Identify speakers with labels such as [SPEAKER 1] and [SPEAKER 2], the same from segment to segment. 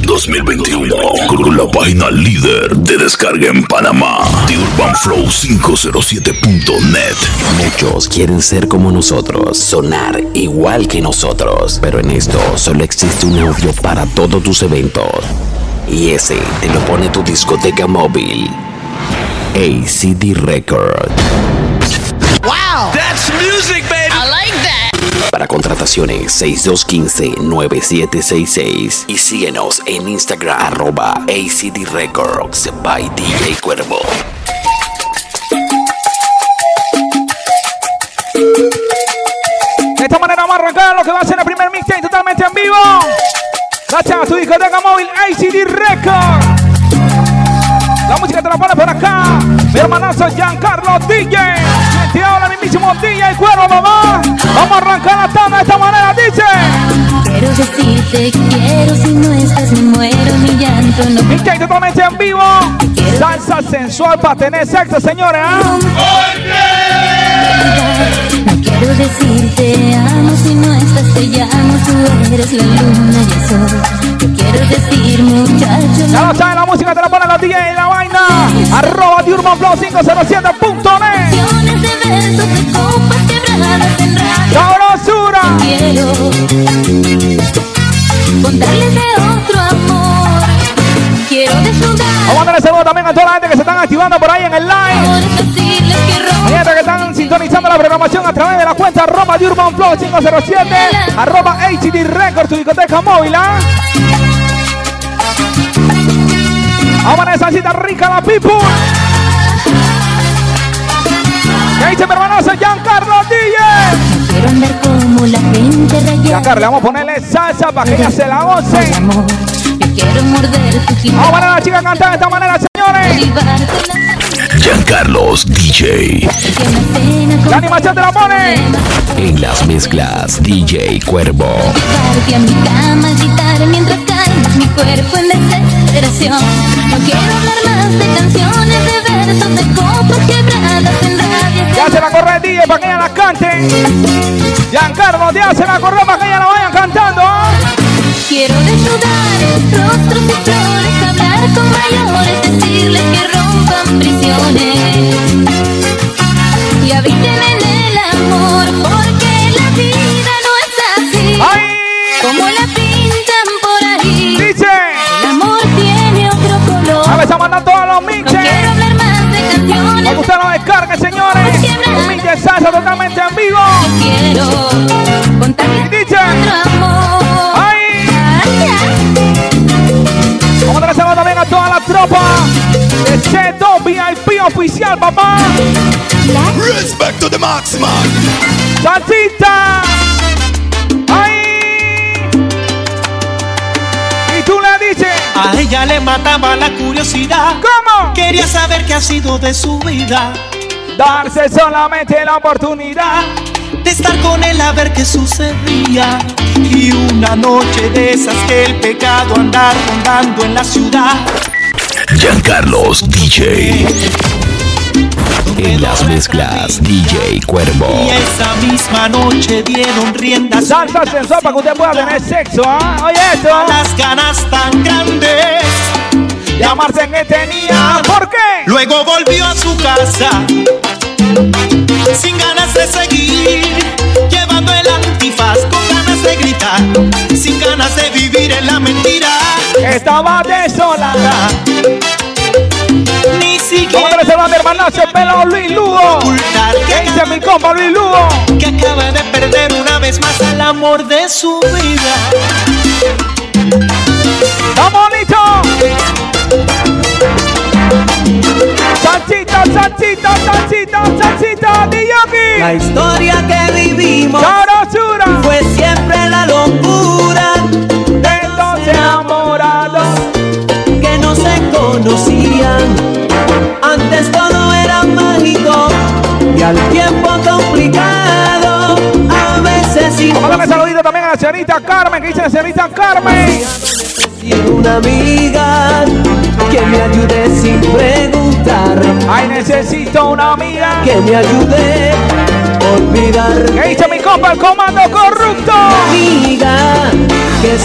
[SPEAKER 1] 2021 con la página líder de descarga en Panamá, The Urban Flow 507.net.
[SPEAKER 2] Muchos quieren ser como nosotros, sonar igual que nosotros, pero en esto solo existe un audio para todos tus eventos. Y ese te lo pone tu discoteca móvil. ACD Record.
[SPEAKER 3] Wow,
[SPEAKER 4] That's music, baby.
[SPEAKER 3] I like that.
[SPEAKER 2] Para contrataciones 6215-9766 y síguenos en Instagram arroba ACD Records by DJ Cuervo.
[SPEAKER 5] De esta manera vamos a arrancar lo que va a ser el primer mixtape totalmente en vivo. Gracias a su discoteca móvil ACD Record. La música te la pone por acá. Mi hermanazo Giancarlo DJ. Metido ahora mismísimo DJ Cuervo, mamá. Vamos a arrancar la tanda de esta manera, dice.
[SPEAKER 6] Quiero decirte quiero si no estás me muero mi llanto no
[SPEAKER 5] Mixtape totalmente en vivo. Salsa sensual para tener sexo, señores. ¿ah?
[SPEAKER 6] puede. No quiero decirte amo si no estás te llamo tú eres la luna y el sol. Te quiero decir muchacho
[SPEAKER 5] Ya
[SPEAKER 6] no
[SPEAKER 5] lo saben, la música te la ponen los DJ en la vaina. Arroba diurbanflow 507net
[SPEAKER 6] canciones de besos de copas quebradas en radio
[SPEAKER 5] ¡Sabrosura!
[SPEAKER 6] quiero contarles de otro amor quiero desnudar
[SPEAKER 5] Vamos a darle saludo también a toda la gente que se están activando por ahí en el live.
[SPEAKER 6] por decirles que
[SPEAKER 5] A
[SPEAKER 6] rompo
[SPEAKER 5] la gente que están sintonizando la programación a través de la cuenta arroba de Urban Flow 507, arroba HD Records, tu discoteca móvil, ¿ah? Vamos a esa cita rica la pipu. ¿Qué dice mi hermanazo Giancarlo DJ?
[SPEAKER 6] Quiero andar como la gente rayada
[SPEAKER 5] Giancarlo, le vamos a ponerle salsa para que ella se la
[SPEAKER 6] Ay,
[SPEAKER 5] goce.
[SPEAKER 6] amor, yo quiero morder tu
[SPEAKER 5] Vamos a
[SPEAKER 6] gimnasio
[SPEAKER 5] poner a la chica a cantar de esta manera, señores.
[SPEAKER 6] Privarte la
[SPEAKER 1] Giancarlos DJ.
[SPEAKER 6] que me cena con
[SPEAKER 5] La animación te la pone.
[SPEAKER 6] problemas
[SPEAKER 2] En las mezclas DJ Cuervo.
[SPEAKER 6] Llevarte a mi cama, gritar mientras calmas mi cuerpo en desesperación No quiero hablar más de canciones, de versos, de copas quebradas en rabia
[SPEAKER 5] Ya se la corre el DJ para que ella la cante. Giancarlo, ya se la corre para que ella la vayan cantando.
[SPEAKER 6] Quiero desnudar rostros y flores, hablar con mayores, decirles que rompan prisiones y habiten en el amor, porque la vida no es así
[SPEAKER 5] ¡Ay!
[SPEAKER 6] como la pintan por ahí.
[SPEAKER 5] Dice.
[SPEAKER 6] El amor tiene otro
[SPEAKER 5] A
[SPEAKER 6] color.
[SPEAKER 5] ver, se mandan todos los
[SPEAKER 6] No quiero
[SPEAKER 5] mixes.
[SPEAKER 6] hablar más de
[SPEAKER 5] Para
[SPEAKER 6] canciones.
[SPEAKER 5] que usted lo descargue, señores. Un mix de salsa totalmente en vivo.
[SPEAKER 6] Quiero contarles
[SPEAKER 5] Dice.
[SPEAKER 6] otro amor.
[SPEAKER 5] ¡Ay!
[SPEAKER 6] Ay, ay.
[SPEAKER 5] Vamos a dar saludo también a toda la tropa de C2 VIP oficial, papá.
[SPEAKER 4] Respect to the maximum.
[SPEAKER 5] ¡Salsita! ¡Ay! Y tú le dices,
[SPEAKER 7] A ella le mataba la curiosidad.
[SPEAKER 5] ¿cómo?
[SPEAKER 7] Quería saber qué ha sido de su vida.
[SPEAKER 5] Darse solamente la oportunidad.
[SPEAKER 7] De estar con él a ver qué sucedía. Y una noche de esas que el pecado andar rondando en la ciudad.
[SPEAKER 1] Giancarlos DJ.
[SPEAKER 2] En las mezclas DJ Cuervo.
[SPEAKER 7] Y esa misma noche dieron rienda
[SPEAKER 5] Salsa
[SPEAKER 7] suelta
[SPEAKER 5] sensual para que usted pueda tener sexo, ¿ah? Oye,
[SPEAKER 7] a
[SPEAKER 5] esto.
[SPEAKER 7] las ganas tan grandes.
[SPEAKER 5] Llamarse que tenía. este ¿Por qué?
[SPEAKER 7] Luego volvió a su casa sin ganas de seguir, llevando el antifaz con ganas de gritar, sin ganas de vivir en la mentira.
[SPEAKER 5] Estaba desolada.
[SPEAKER 7] Ni
[SPEAKER 5] ¿Cómo te
[SPEAKER 7] siquiera
[SPEAKER 5] reserva mi hermanazo, el pelo Luis Lugo?
[SPEAKER 7] ocultar
[SPEAKER 5] ¿Qué dice mi compa Luis Lugo?
[SPEAKER 7] que acaba de perder una vez más al amor de su vida.
[SPEAKER 5] ¡Estamos listos! ¡Salsita, salsita, salsita, salsita! ¡Diyoki!
[SPEAKER 7] historia que vivimos
[SPEAKER 5] ¡Sabrosura!
[SPEAKER 7] siempre la locura
[SPEAKER 5] De dos enamorados.
[SPEAKER 7] que no se conocían. Antes todo era mágico y al tiempo complicado, a veces
[SPEAKER 5] Vamos a darle saludito también a la señorita Carmen. ¿Qué dice la señorita Carmen?
[SPEAKER 7] sin una amiga que me ayude sin preguntar,
[SPEAKER 5] ¡Ay, necesito una amiga!
[SPEAKER 7] que me ayude a olvidar.
[SPEAKER 5] ¿Qué dice mi compa el comando corrupto?
[SPEAKER 7] Amiga,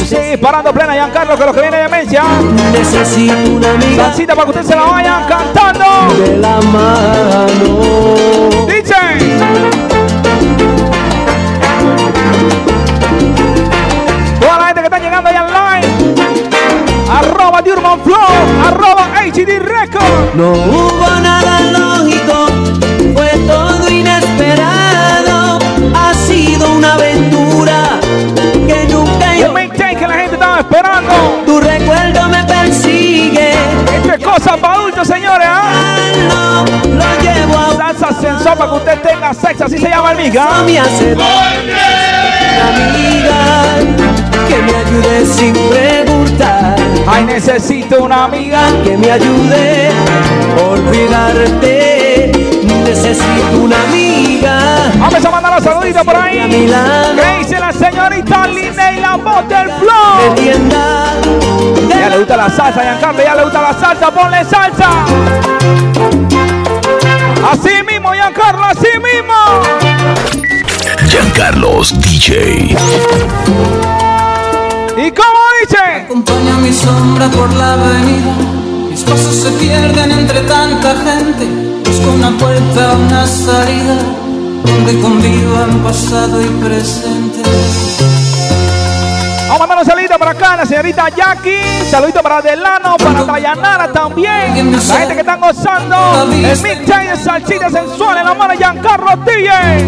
[SPEAKER 5] Sí, parando plena, Giancarlo, que lo que viene es demencia.
[SPEAKER 8] Necesito una amiga.
[SPEAKER 5] Salsita para que usted se la vaya cantando.
[SPEAKER 8] De la mano.
[SPEAKER 5] Dice. Toda la gente que está llegando allá online. Arroba Durban Flow. Arroba HD Record.
[SPEAKER 8] No hubo nada lógico. Fue todo inesperado. Ha sido una aventura que nunca
[SPEAKER 5] Un maintain que la gente estaba esperando.
[SPEAKER 8] Tu recuerdo me persigue.
[SPEAKER 5] Esto es cosa para adultos, señores. ¿ah?
[SPEAKER 8] No lo llevo a
[SPEAKER 5] Salsa sensor para que usted tenga sexo. Así se llama el miga.
[SPEAKER 8] No me hace amiga que me ayude sin preguntar,
[SPEAKER 5] Ay, necesito una amiga.
[SPEAKER 8] que me ayude a olvidarte. Necesito una amiga.
[SPEAKER 5] Vamos a mandar los saluditos por
[SPEAKER 8] A
[SPEAKER 5] ahí.
[SPEAKER 8] mi lado.
[SPEAKER 5] ¿Qué dice la señorita Liney, la voz del flow?
[SPEAKER 8] que tienda de
[SPEAKER 5] Ya le gusta la salsa, Giancarlo, ya le gusta la salsa, ponle salsa. Así mismo, Giancarlo, así mismo.
[SPEAKER 1] Giancarlos DJ.
[SPEAKER 5] ¿Y cómo dice?
[SPEAKER 9] Acompaña mi sombra por la avenida. Mis pasos se pierden entre tanta gente. Busco una puerta, una salida, donde convivan pasado y presente.
[SPEAKER 5] Vamos a mandar un saludito para acá, la señorita Jackie. Saludito para Delano, para Dayanara también. La gente que está gozando. El mixtape de salsita sensual en la mano de Giancarlo DJ.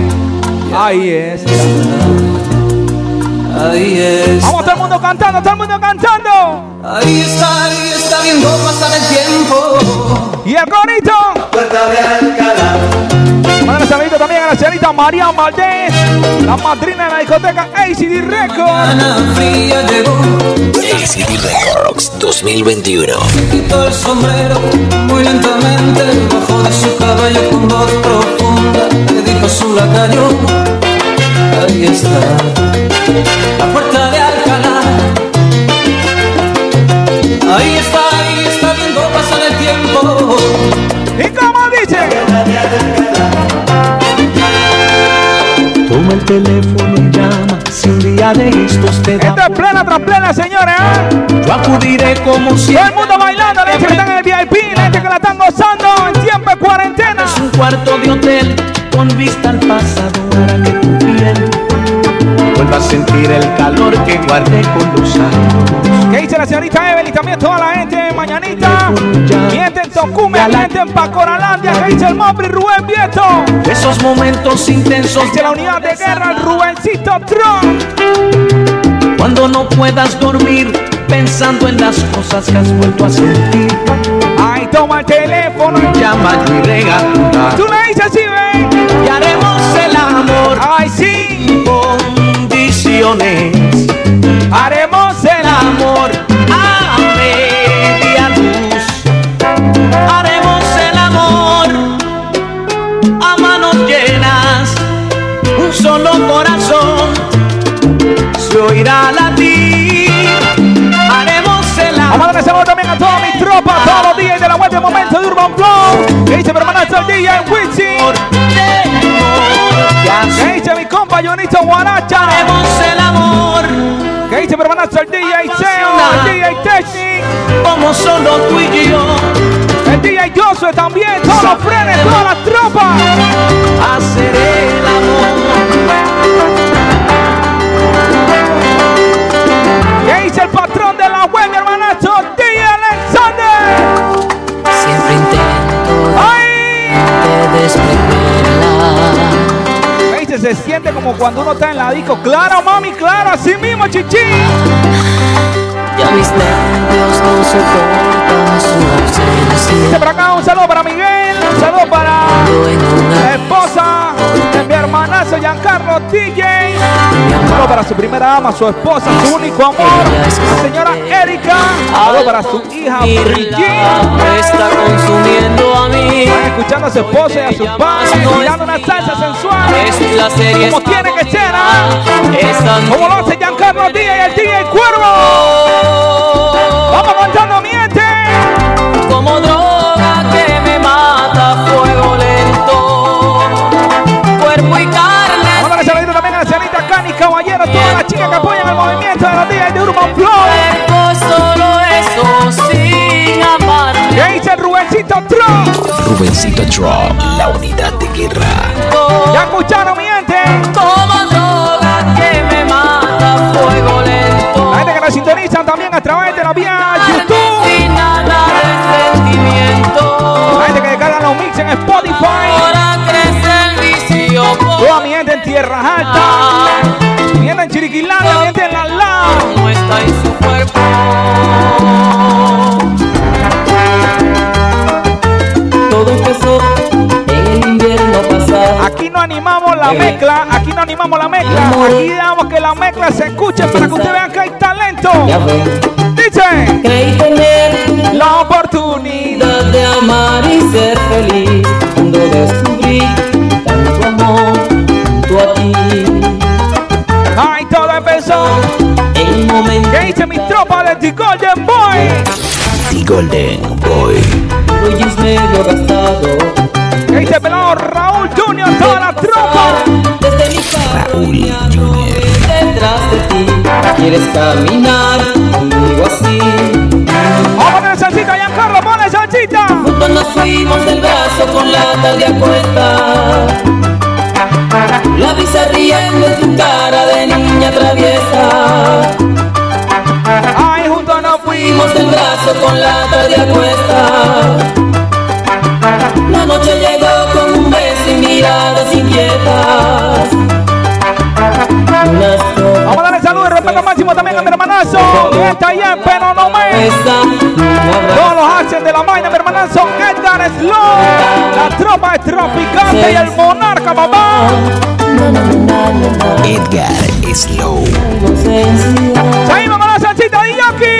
[SPEAKER 5] Ahí es.
[SPEAKER 9] Ahí es.
[SPEAKER 5] Vamos, todo el mundo cantando, todo el mundo cantando.
[SPEAKER 9] Ahí está, ahí está viendo pasar el tiempo.
[SPEAKER 5] Y el ronito.
[SPEAKER 10] Puerta de Alcalá.
[SPEAKER 5] Mandar saludito también a la señorita María Valdés, la madrina de la discoteca ACD Records.
[SPEAKER 9] Ana fría llegó,
[SPEAKER 2] ACD Records 2021.
[SPEAKER 9] se quitó el sombrero muy lentamente. Bajó de su caballo con voz profunda. Le dijo a su lacayo: Ahí está, la puerta de Alcalá. Ahí está, ahí está viendo pasar el tiempo.
[SPEAKER 5] ¿Y cómo dice?
[SPEAKER 10] Toma el teléfono y llama. Si un día de estos te da,
[SPEAKER 5] Esto es plena tras plena, señores. ¿eh?
[SPEAKER 10] yo acudiré como
[SPEAKER 5] Todo
[SPEAKER 10] siempre.
[SPEAKER 5] el mundo bailando, la gente que está en el VIP, la gente que la están gozando en tiempo de cuarentena.
[SPEAKER 10] Es un cuarto de hotel con vista al pasado para que tu piel vuelva a sentir el calor que guardé con los años.
[SPEAKER 5] ¿Qué dice la señorita Evelyn? También toda la gente de Mañanita. Miente en Tocume, miente en Pacoralandia. ¿Qué dice el Mopri Rubén Vieto?
[SPEAKER 10] Esos momentos intensos
[SPEAKER 5] Dice la unidad de guerra, el Rubencito Trump.
[SPEAKER 10] Cuando no puedas dormir pensando en las cosas que has vuelto a sentir,
[SPEAKER 5] Ahí toma el teléfono.
[SPEAKER 10] llama y regala
[SPEAKER 5] Tú le dices así, ven.
[SPEAKER 10] y haremos el amor
[SPEAKER 5] Ay, sí.
[SPEAKER 10] sin condiciones.
[SPEAKER 5] Haremos el
[SPEAKER 10] Amor a media luz. Haremos el amor a manos llenas. Un solo corazón se oirá latir. Haremos el amor.
[SPEAKER 5] Vamos a saludar también a toda mi tropa, a todos los DJs de la web de momento de Urban Flow. Que dice mi hermanazo el DJ Wichi. Que dice mi compa Jonito Guaracha.
[SPEAKER 10] Haremos el amor
[SPEAKER 5] Que dice mi hermanazo el DJ Seo, el DJ Technic,
[SPEAKER 10] como solo tú y yo.
[SPEAKER 5] el DJ Josué también, todos los frenes, todas las tropas.
[SPEAKER 10] Hacer el amor.
[SPEAKER 5] Que dice el patrón de la web, mi hermanazo DJ Alexander.
[SPEAKER 11] Siempre intento
[SPEAKER 5] ¡Ay!
[SPEAKER 11] de despedirla.
[SPEAKER 5] Que dice, se siente como cuando uno está en la disco. Claro, mami, claro, así mismo, chichi.
[SPEAKER 11] Ya mis nervios no soportan su
[SPEAKER 5] Dice
[SPEAKER 11] ausencia.
[SPEAKER 5] por acá un saludo para Miguel, un saludo para
[SPEAKER 11] Yo en
[SPEAKER 5] la
[SPEAKER 11] una
[SPEAKER 5] esposa de mi hermanazo Giancarlo DJ.
[SPEAKER 11] mi
[SPEAKER 5] Un
[SPEAKER 11] amor
[SPEAKER 5] saludo para su primera ama, su esposa, su único amor, la señora Erika. Un saludo para su hija Brigitte.
[SPEAKER 11] me está consumiendo a mí.
[SPEAKER 5] Están escuchando a su esposa y a sus padres, bailando una salsa sensual.
[SPEAKER 11] Es la serie
[SPEAKER 5] Como tiene que ser, ¿ah?
[SPEAKER 11] Esta
[SPEAKER 5] Como lo hace Giancarlo DJ y el DJ Cuervo. Vamos cantando, miente.
[SPEAKER 11] como droga que me mata a fuego lento. Cuerpo y carne
[SPEAKER 5] Vamos a darle saludo también a la señorita Cani Caballero, todas las chicas que apoyan el movimiento de los DJs de
[SPEAKER 2] jovencito Drop, la unidad de guerra.
[SPEAKER 5] Ya escucharon, mi gente.
[SPEAKER 8] Como droga que me mata, fuego lento.
[SPEAKER 5] La gente que nos sintonizan también a través de la vía YouTube.
[SPEAKER 8] Sin nada de sentimiento.
[SPEAKER 5] La gente que descarga los mix en Spotify.
[SPEAKER 8] Ahora crece el vicio. por
[SPEAKER 5] Toda ¡Oh, mi gente en Tierra Alta. Mi gente en Chiriquilanda, mi gente en La La.
[SPEAKER 8] No está en su cuerpo. Todo empezó en el invierno pasado.
[SPEAKER 5] Aquí no animamos la mezcla, aquí no animamos la mezcla, aquí damos que la mezcla se escuche para que ustedes vean que hay talento.
[SPEAKER 8] Ya ven,
[SPEAKER 5] Dice
[SPEAKER 8] creí tener la
[SPEAKER 5] la oportunidad.
[SPEAKER 8] oportunidad de amar y ser feliz cuando descubrí tanto amor junto a ti.
[SPEAKER 5] Ay, todo empezó.
[SPEAKER 8] En un momento
[SPEAKER 5] ¿Qué dice mi tropa de The Golden Boy?
[SPEAKER 2] The Golden Boy.
[SPEAKER 8] hoy es medio gastado.
[SPEAKER 5] ¿Qué dice el pelado Raúl Junior? Toda la tropa.
[SPEAKER 8] Desde mi
[SPEAKER 2] Raúl
[SPEAKER 8] familia
[SPEAKER 2] Junior.
[SPEAKER 8] detrás de ti quieres caminar conmigo así.
[SPEAKER 5] Vamos a poner salsita, Giancarlo, ponle salsita.
[SPEAKER 8] Juntos nos fuimos del brazo con la tarde a cuesta. La brisa riendo en tu cara de niña traviesa.
[SPEAKER 5] Ay, juntos nos fuimos.
[SPEAKER 8] Fuimos del brazo con la tarde a cuesta. La noche llegó con un beso y miradas inquietas. Unas
[SPEAKER 5] Vamos a darle saludo y respeto máximo también a mi hermanazo. Que está ahí en Penonomé.
[SPEAKER 8] promesas, un abrazo.
[SPEAKER 5] Todos los hacen de la vaina, mi hermanazo Edgar Slow. La tropa es tropicante y el monarca, papá.
[SPEAKER 2] Edgar Slow.
[SPEAKER 5] Seguimos con la salsita de Yoki.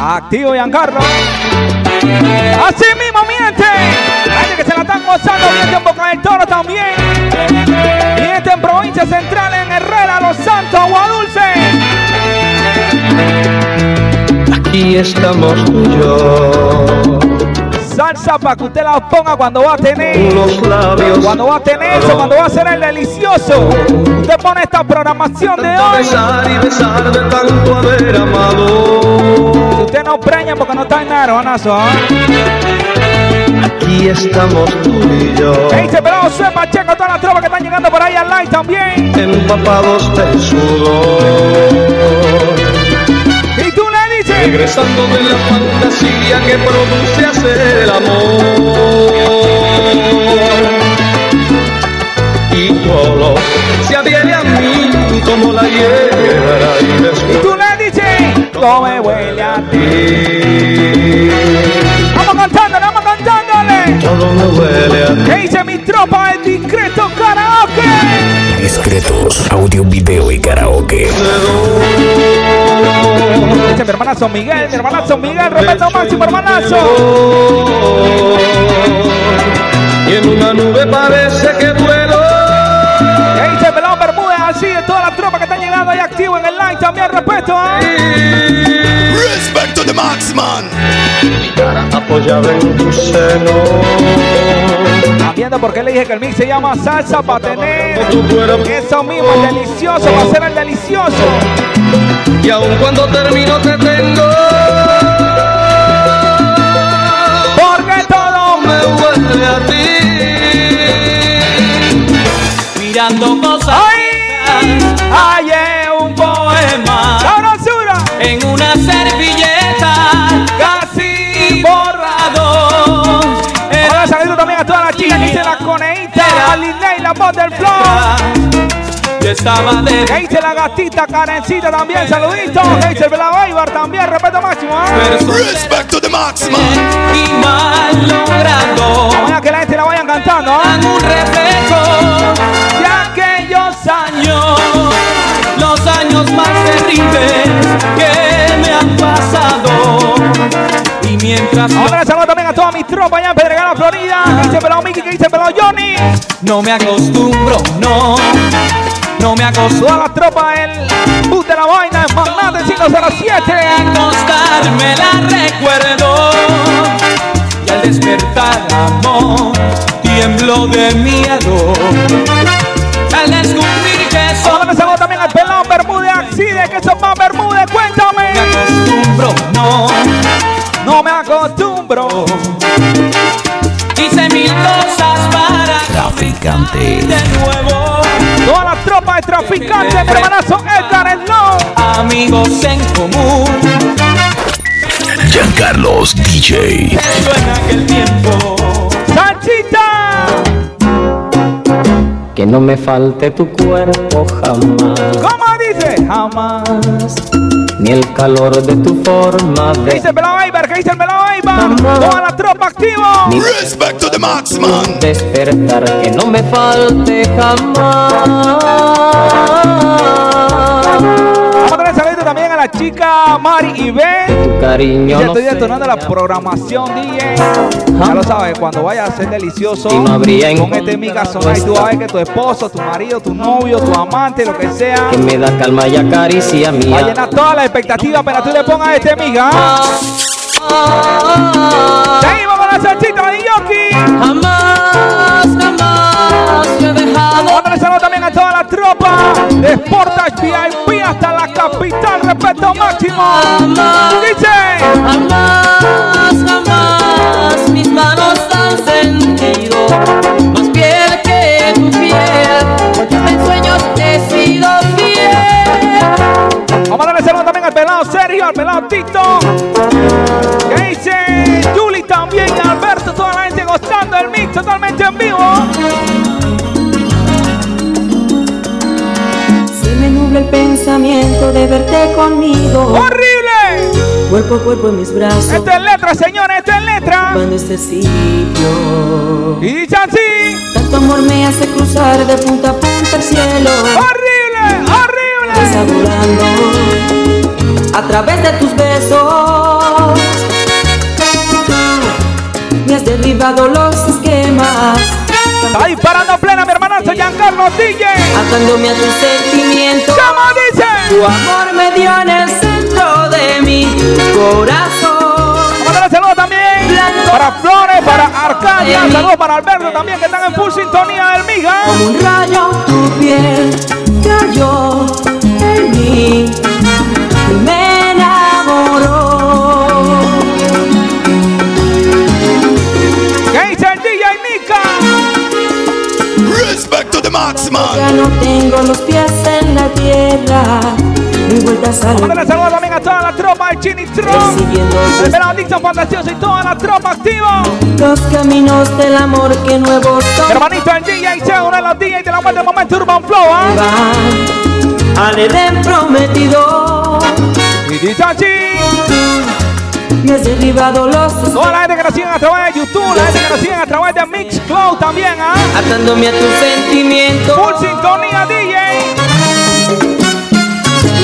[SPEAKER 5] Activo Giancarlo. Así mismo miente. La gente que se la están gozando miente en Boca del Toro también. Miente en Provincia Central, en Herrera, Los Santos, Aguadulce.
[SPEAKER 7] Aquí estamos tú y yo,
[SPEAKER 5] Salsa para que usted la ponga cuando va a tener.
[SPEAKER 7] los labios
[SPEAKER 5] Cuando va a tener eso, cuando va a hacer el delicioso. Usted pone esta programación de hoy.
[SPEAKER 7] besar y besar de tanto haber amado.
[SPEAKER 5] Si usted no preña porque no está en nada, hermanazo. ¿ah?
[SPEAKER 7] Aquí estamos tú y yo,
[SPEAKER 5] Que dice, pero José Pacheco, todas las tropas que están llegando por ahí online también.
[SPEAKER 7] empapados de sudor.
[SPEAKER 5] Y tú le dices,
[SPEAKER 7] Regresando de la fantasía que produce hacer el amor. Y todo se adhiere a mí como la hierba y
[SPEAKER 5] y
[SPEAKER 7] después
[SPEAKER 5] tú le dices, no me huele a
[SPEAKER 7] a ti.
[SPEAKER 5] ti. Vamos cantándole, vamos cantándole.
[SPEAKER 7] Todo me huele a ti.
[SPEAKER 5] Que dice mi tropa, el discreto karaoke.
[SPEAKER 2] Discretos, audio, video y karaoke.
[SPEAKER 5] Dice mi hermanazo Miguel, mi hermanazo Miguel, respeto máximo, hermanazo.
[SPEAKER 7] Y en una nube parece que vuelo.
[SPEAKER 5] Que dice Pelón Bermúdez, así de todas las tropas que están llegando ahí activo en el line también, respeto. ¿ah?
[SPEAKER 1] Respect to the marksman.
[SPEAKER 7] Apoyado en tu seno.
[SPEAKER 5] Están viendo por qué le dije que el mix se llama salsa para tener.
[SPEAKER 7] tu cuerpo.
[SPEAKER 5] Eso mismo, el delicioso, va a ser el delicioso.
[SPEAKER 7] Y aun cuando termino te tengo.
[SPEAKER 5] Porque todo
[SPEAKER 7] Me vuelve a ti.
[SPEAKER 8] Mirando cosas
[SPEAKER 5] ¡Ay! ¡Ay, es un poema! ¡Sabrosura!
[SPEAKER 8] en una servilleta
[SPEAKER 5] ¡Casi
[SPEAKER 8] casi
[SPEAKER 5] borrado!
[SPEAKER 8] borrado.
[SPEAKER 5] Ahora
[SPEAKER 8] Era
[SPEAKER 5] saludo también a todas las chicas que dicen la coneíta, a Linné y la voz del flow.
[SPEAKER 8] yo estaba
[SPEAKER 5] Que
[SPEAKER 8] de
[SPEAKER 5] dice la gatita, Karencita también, saludito. Que dice el Bela Ibar también, respeto máximo. ¿eh?
[SPEAKER 8] persona
[SPEAKER 1] Respect to the marksman.
[SPEAKER 8] y mal logrado.
[SPEAKER 5] Vamos a que la gente la vayan cantando. ¿ah?
[SPEAKER 8] Dan un reflejo
[SPEAKER 5] De aquellos años.
[SPEAKER 8] años, los años más terribles que me han pasado. Y mientras
[SPEAKER 5] Ahora le saludo también a todas mis tropas allá en Pedregal, Florida. Que dice el Pelao Mickey, que dice el Pelao Johnny.
[SPEAKER 8] no me acostumbro, no, no me acostumbro
[SPEAKER 5] Todas las tropas del bus de la vaina, en Magnate 507.
[SPEAKER 8] a acostarme, la recuerdo. Y al despertar, amor, tiemblo de miedo. Al descubrir que soy
[SPEAKER 5] Ahora le saludo también al pelón Bermúdez Axide, que son más Bermúdez, cuéntame.
[SPEAKER 8] me acostumbro, no,
[SPEAKER 5] hombro.
[SPEAKER 7] Hice mil cosas para
[SPEAKER 2] traficante.
[SPEAKER 7] De nuevo.
[SPEAKER 5] Toda la tropa de traficantes, mi hermanazo Edgar el no.
[SPEAKER 7] Amigos en común.
[SPEAKER 1] Giancarlos DJ.
[SPEAKER 7] Eso en aquel tiempo.
[SPEAKER 5] ¡Sanchita!
[SPEAKER 12] Que no me falte tu cuerpo jamás.
[SPEAKER 5] ¿Cómo dice?
[SPEAKER 12] Jamás. Ni el calor de tu forma de.
[SPEAKER 5] ¿Qué dice el Belao Aibar? ¿Qué dice el Belao Aibar? Toda la tropa activa.
[SPEAKER 4] Respect to the Maxman.
[SPEAKER 12] Despertar que no me falte jamás
[SPEAKER 5] también a la chica Mari y Ben.
[SPEAKER 12] Tu cariño.
[SPEAKER 5] Ya estoy detonando no la programación, DJ. Ya lo sabes, cuando vayas a ser delicioso,
[SPEAKER 12] si no habría
[SPEAKER 5] con este miga sonar y tú vas a ver que tu esposo, tu marido, tu novio, tu amante, lo que sea.
[SPEAKER 12] Que me da calma y acaricia mía.
[SPEAKER 5] Va a llenar toda la expectativa apenas tú le pongas a este miga. Seguimos con la salsita de Yoki.
[SPEAKER 13] Jamás, jamás te he dejado.
[SPEAKER 5] Otro saludo también a toda la tropa de Sportage VIP hasta la capital. Respeto máximo.
[SPEAKER 13] Jamás,
[SPEAKER 5] Dice.
[SPEAKER 13] Jamás, jamás mis manos han sentido más piel que tu piel. Porque hasta en sueños te he sido fiel.
[SPEAKER 5] Vamos a darle saludo también al pelado Sergio, al pelado Tito. ¿Qué dice? Juli también, Alberto, toda la gente gozando el mix totalmente en vivo.
[SPEAKER 11] Se me nubla el pensamiento de verte conmigo.
[SPEAKER 5] ¡Oh! ¡Horrible!
[SPEAKER 11] Cuerpo a cuerpo en mis brazos.
[SPEAKER 5] Esta es letra, señores, esta es letra.
[SPEAKER 11] Cuando este sitio.
[SPEAKER 5] Y dice así.
[SPEAKER 11] Tanto amor me hace cruzar de punta a punta el cielo.
[SPEAKER 5] ¡Horrible! ¡Horrible!
[SPEAKER 11] Saborando a través de tus besos. Me has derribado los esquemas.
[SPEAKER 5] Está disparando plena mi hermanazo Giancarlo DJ.
[SPEAKER 11] Atándome a tus sentimientos.
[SPEAKER 5] ¿Cómo dice?
[SPEAKER 11] Tu amor me dio en el centro de mi corazón.
[SPEAKER 5] Vamos saludos también. Blanco para Flores, para Arcadia. Saludos para Alberto también, que están en full sintonía del Miga.
[SPEAKER 11] Como un rayo, tu piel cayó en mí. Y me enamoró.
[SPEAKER 5] ¿Qué dice el DJ Mika?
[SPEAKER 4] Respect to the Maxman.
[SPEAKER 11] Ya no tengo los pies en la tierra. Mi vueltas al.
[SPEAKER 5] Mándale saludos también a toda la tropa de Chini Tron.
[SPEAKER 11] Persiguiendo
[SPEAKER 5] El verano Dixon Fantasioso y toda la tropa activa.
[SPEAKER 11] Los caminos del amor que nuevos son.
[SPEAKER 5] Hermanito el DJ, se uno de los DJ de la web del momento Urban Flow. ¿ah?
[SPEAKER 11] Van al Edén prometido.
[SPEAKER 5] Y dice así.
[SPEAKER 11] Me has derribado los.
[SPEAKER 5] Toda la gente que nos siguen a través de YouTube, la gente que nos siguen a través de Mixcloud también, ¿ah?
[SPEAKER 11] Atándome a tus sentimientos.
[SPEAKER 5] Full sintonía DJ.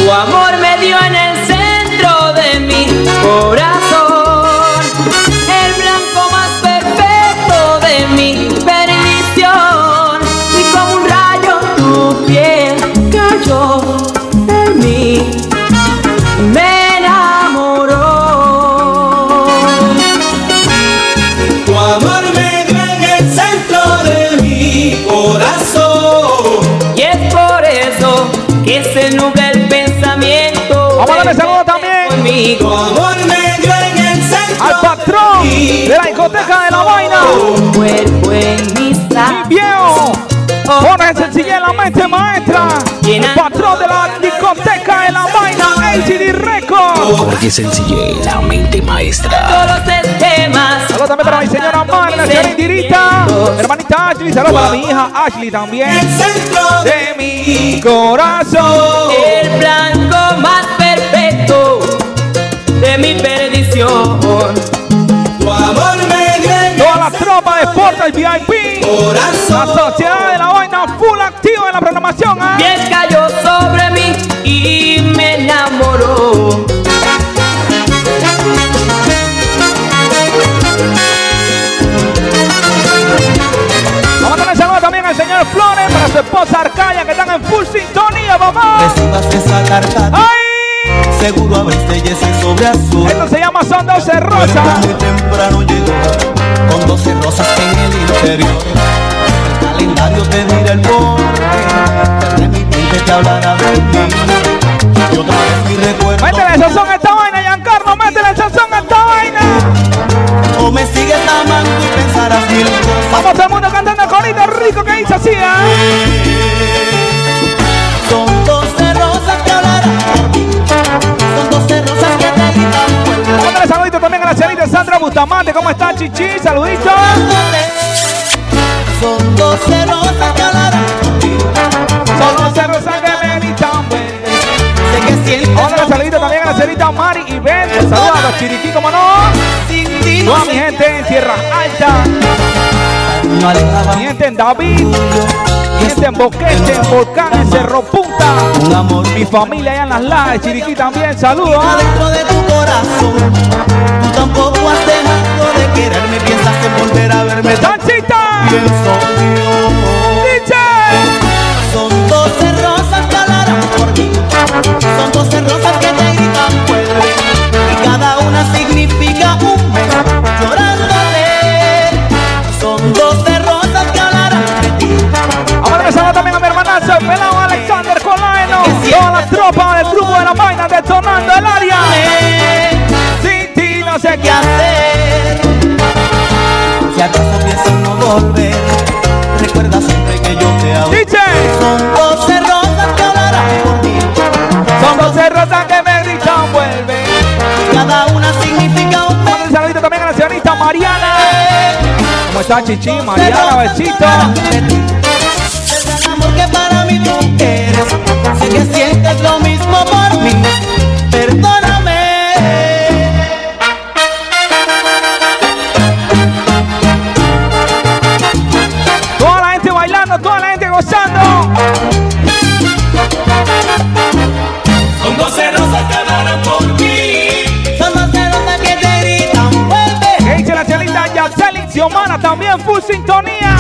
[SPEAKER 11] Tu amor me dio en el centro de mi corazón. El blanco más perfecto de mi perdición. Y como un rayo tu piel cayó en mí. Me enamoró.
[SPEAKER 7] Tu amor me dio en el centro de mi corazón.
[SPEAKER 11] Y es por eso que se nubla el pensamiento.
[SPEAKER 5] Vamos a darle saludos también.
[SPEAKER 7] Tu
[SPEAKER 11] Conmigo.
[SPEAKER 7] amor me dio en el centro
[SPEAKER 5] Al patrón
[SPEAKER 7] mi
[SPEAKER 5] de la discoteca de la vaina.
[SPEAKER 11] Tu cuerpo en mis
[SPEAKER 5] Mi viejo. Jorge Sencillé, la mente maestra. El patrón de la discoteca de la vaina. LCD Records.
[SPEAKER 2] Jorge Sencillé, la mente maestra.
[SPEAKER 11] Todos los esquemas.
[SPEAKER 5] Saludos también para mi señora Mar, la señora Indirita, mi hermanita Ashley, saludos para mi hija Ashley también.
[SPEAKER 7] el centro
[SPEAKER 5] De mi corazón.
[SPEAKER 11] El blanco más perfecto de mi perdición.
[SPEAKER 7] Tu amor me dio en
[SPEAKER 5] Toda la
[SPEAKER 7] el
[SPEAKER 5] tropa de Sportage VIP. La
[SPEAKER 7] corazón.
[SPEAKER 5] sociedad de la vaina full activa en la programación. ¿ah?
[SPEAKER 11] Pies cayó sobre mí y me enamoró.
[SPEAKER 5] Vamos a darle saludos también al señor Flores, para su esposa Arcaya, que están en full sintonía, mamá.
[SPEAKER 7] Recibaste esa carta,
[SPEAKER 5] ¡Ay!
[SPEAKER 7] seguro abriste y ese sobre azul.
[SPEAKER 5] Esto se llama Son 12
[SPEAKER 7] Pero
[SPEAKER 5] Rosas.
[SPEAKER 7] Muy temprano llegó con 12 rosas en el interior. El calendario te dirá el porqué. De mi mente te hablará de mí. Y otra vez mi recuerdo.
[SPEAKER 5] Métele sazón a esta vaina, Giancarlo, métele sazón a esta vaina.
[SPEAKER 7] Oh,
[SPEAKER 5] ¿eh? gente, ¿cómo están, chichi? Saluditos.
[SPEAKER 10] Son dos celosas que hablarán contigo.
[SPEAKER 5] Son dos celosas que meditan,
[SPEAKER 10] Sé que sientes.
[SPEAKER 5] Hola, saluditos también a la señorita Mari y Ben. Saludos a los chiriquí, como no. Toda mi gente en Tierra Alta. Mi gente en David. Mi gente en Boquete, en Volcán, en Cerro Punta.
[SPEAKER 10] Un amor.
[SPEAKER 5] Mi familia allá en las Lajes, Chiriquí también. Saludos.
[SPEAKER 10] Dentro de tu corazón, tú tampoco has dejado de quererme. Piensas en volver a verme.
[SPEAKER 5] ¡Tanchita!
[SPEAKER 10] Pienso yo.
[SPEAKER 5] ¡DJ!
[SPEAKER 10] Son doce rosas que hablarán por mí. Son doce rosas que te gritan vuelve. Y cada una significa un mes llorándote. Son doce rosas que hablarán de ti.
[SPEAKER 5] Ahora me saluda también a mi hermanazo, el pelado Alexander Colaeno. Toda la tropa del grupo de la vaina detonando el área. Sin ti no sé
[SPEAKER 10] ¿Qué
[SPEAKER 5] qué hacer.
[SPEAKER 10] hacer? Si acaso piensas no volver, recuerda siempre que yo te amo.
[SPEAKER 5] ¡DJ!
[SPEAKER 10] Son doce rosas que hablarán por ti.
[SPEAKER 5] Son dos rosas que me gritan, vuelve.
[SPEAKER 10] Cada una significa un mes.
[SPEAKER 5] Mando un saludito también a la señorita Mariana. ¿Cómo está Chichi? Mariana, besito.
[SPEAKER 10] Es el amor que para mí tú eres. Sé que sientes lo mismo por mí. Perdóname.
[SPEAKER 5] Toda la gente bailando, toda la gente gozando.
[SPEAKER 14] Son doce rosas que hablarán por mí.
[SPEAKER 10] Son dos celos que te gritan, vuelve.
[SPEAKER 5] ¿Qué dice la señorita Yacelin Xiomara? También full sintonía.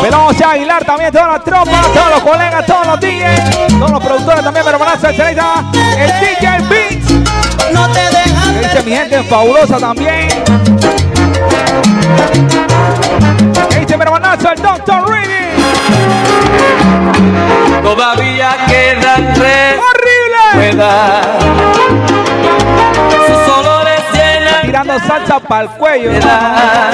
[SPEAKER 5] Pero vamos a Aguilar también, toda la tropa, todos los colegas, todos los DJs, todos los productores también, mi hermanazo, la señorita, el DJ Beats.
[SPEAKER 10] No te dejas
[SPEAKER 5] Que dice mi gente fabulosa también. Que dice mi hermanazo, el Dr. Reedy.
[SPEAKER 8] Todavía quedan tres
[SPEAKER 5] ¡Horrible!
[SPEAKER 8] ruedas. Sus olores llenan
[SPEAKER 5] Tirando salsa para el cuello.
[SPEAKER 8] de edad.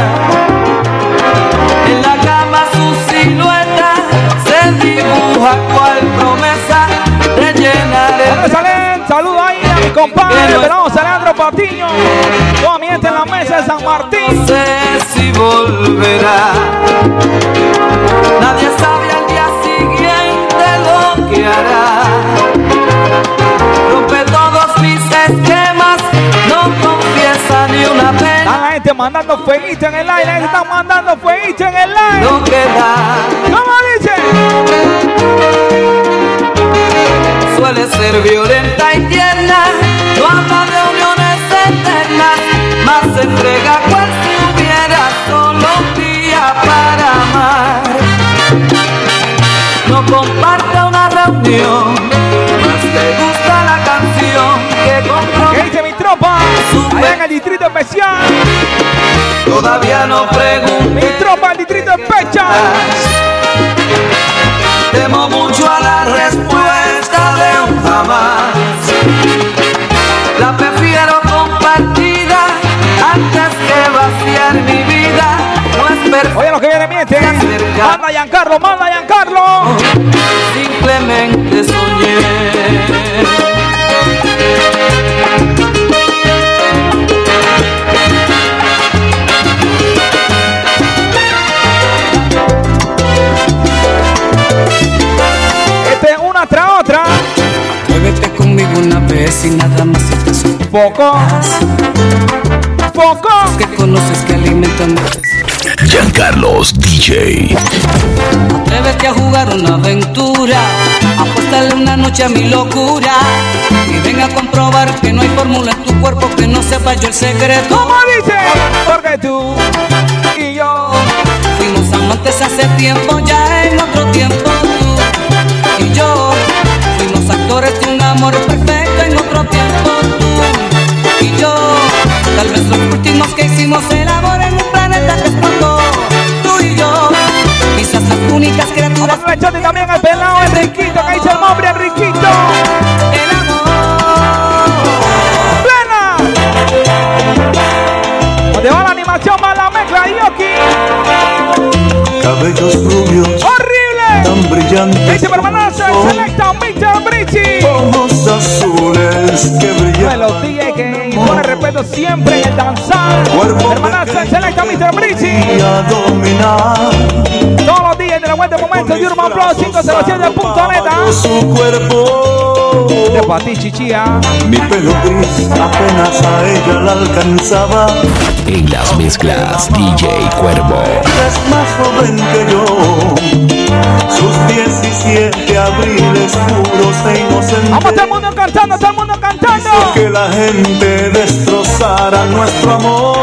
[SPEAKER 8] En la cama su silueta se dibuja cual promesa de llenar
[SPEAKER 5] Ahora
[SPEAKER 8] el
[SPEAKER 5] salen, saludo ahí a mi compadre, pero vamos, Alejandro Patiño. Toda mi gente en la mesa de San Martín.
[SPEAKER 8] No sé si volverá. Nadie sabe al día siguiente lo que hará. Rompe todos mis esquemas, no confiesa ni una
[SPEAKER 5] Está
[SPEAKER 8] pena.
[SPEAKER 5] la gente mandando fueguito en el aire, la gente está mandando fueguito en el aire.
[SPEAKER 8] No queda,
[SPEAKER 5] ¿Cómo dice?
[SPEAKER 8] suele ser violenta y tierna. No habla de uniones eternas, más se entrega cual si hubiera solo un día para amar. no comparte una reunión. Más te gusta la canción que
[SPEAKER 5] ¿Qué
[SPEAKER 8] compró.
[SPEAKER 5] dice mi tropa? Allá en el distrito especial,
[SPEAKER 8] Todavía no
[SPEAKER 5] mi
[SPEAKER 8] pregunté.
[SPEAKER 5] tropa el distrito especial.
[SPEAKER 8] Temo mucho a la respuesta de un jamás. La prefiero compartida antes que vaciar mi vida. No es perfecta.
[SPEAKER 5] Oye, los que vienen mienten. Manda Giancarlo, manda Giancarlo.
[SPEAKER 8] simplemente soñé.
[SPEAKER 5] Este una tras otra.
[SPEAKER 15] Vuélvete conmigo una vez y nada más si te sueltas.
[SPEAKER 5] Poco, poco.
[SPEAKER 15] Que conoces que alimentan
[SPEAKER 1] Giancarlos DJ.
[SPEAKER 15] Atrévete a jugar una aventura, apuéstale una noche a mi locura. Y ven a comprobar que no hay fórmula en tu cuerpo que no sepa yo el secreto.
[SPEAKER 5] ¿Cómo dice? Porque tú y yo.
[SPEAKER 15] Fuimos amantes hace tiempo, ya en otro tiempo tú y yo. Fuimos actores de un amor perfecto en otro tiempo tú y yo. Tal vez los últimos que hicimos el amor en un planeta que explotó, tú y yo. Quizás las únicas criaturas
[SPEAKER 5] Mándale chote también al pelado Enriquito, que dice el nombre Enriquito.
[SPEAKER 15] El amor
[SPEAKER 5] ¡Plena! Donde va la animación, va la mezcla, Yoki.
[SPEAKER 16] Cabellos rubios
[SPEAKER 5] ¡Horrible!
[SPEAKER 16] tan brillantes,
[SPEAKER 5] Dice mi hermanazo, el selecta Mr. Brici.
[SPEAKER 16] ojos azules que
[SPEAKER 5] Uno de
[SPEAKER 16] brillan.
[SPEAKER 5] los DJ que siempre en el danzar. Cuerpo Hermanaza, selecta Mr. Brici. Todos los días de la vuelta de momento de Urban Plus 507.net.
[SPEAKER 7] Su cuerpo.
[SPEAKER 5] ¿ah? De Pati Chichía.
[SPEAKER 7] Mi pelo gris apenas a ella la alcanzaba.
[SPEAKER 2] En las mezclas, DJ Cuervo.
[SPEAKER 7] Es más joven que yo. Sus 17 abriles puros e inocentes.
[SPEAKER 5] Vamos, todo el mundo cantando, todo el mundo cantando.
[SPEAKER 7] que la gente destrozara nuestro amor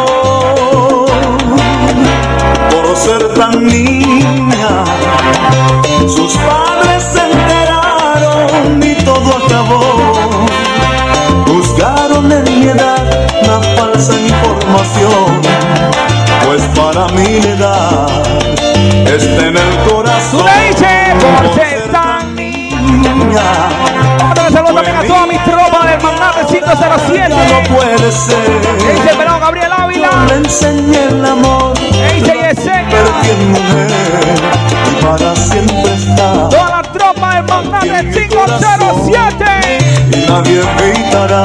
[SPEAKER 7] por ser tan niña. Sus padres se enteraron y todo acabó. Buscaron en mi edad una falsa información, pues para mi edad está en el corazón.
[SPEAKER 5] por ser tan Vamos a saludar también a toda mi tropa del Magnate 507.
[SPEAKER 7] No puede ser.
[SPEAKER 5] Dice Perón Gabriel Ávila.
[SPEAKER 7] Le enseñé el amor.
[SPEAKER 5] Dice Yesenia.
[SPEAKER 7] Perdí en mujer y para siempre está.
[SPEAKER 5] Toda la tropa del Magnate 507.
[SPEAKER 7] y nadie evitará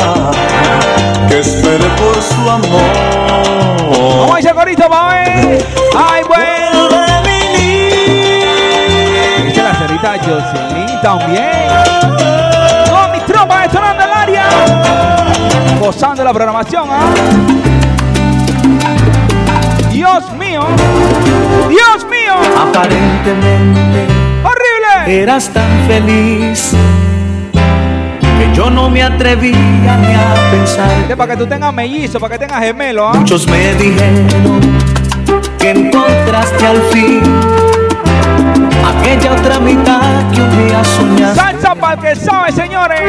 [SPEAKER 7] que espere por su amor.
[SPEAKER 5] Vamos a ese corito, pa' ver. Ay, bueno. Dice la cerrita Jocelyn también. Toda mi tropa detonando el área. Gozando de la programación, ¿ah? Dios mío. Dios mío.
[SPEAKER 10] Aparentemente
[SPEAKER 5] Horrible.
[SPEAKER 10] eras tan feliz que yo no me atrevía ni a pensar.
[SPEAKER 5] Este, Para que tú tengas mellizo, para que tengas gemelo, ¿ah?
[SPEAKER 10] Muchos me dijeron que encontraste al fin aquella otra mitad que un día soñaste.
[SPEAKER 5] Salsa para el que sabe, señores.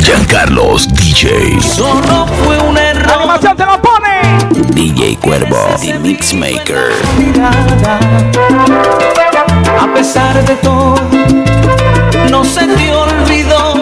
[SPEAKER 1] Giancarlos DJ.
[SPEAKER 10] Solo fue un
[SPEAKER 5] La
[SPEAKER 10] error
[SPEAKER 5] animación te lo pone.
[SPEAKER 2] DJ Cuervo, The Mixmaker.
[SPEAKER 10] mirada. A pesar de todo, no se te olvidó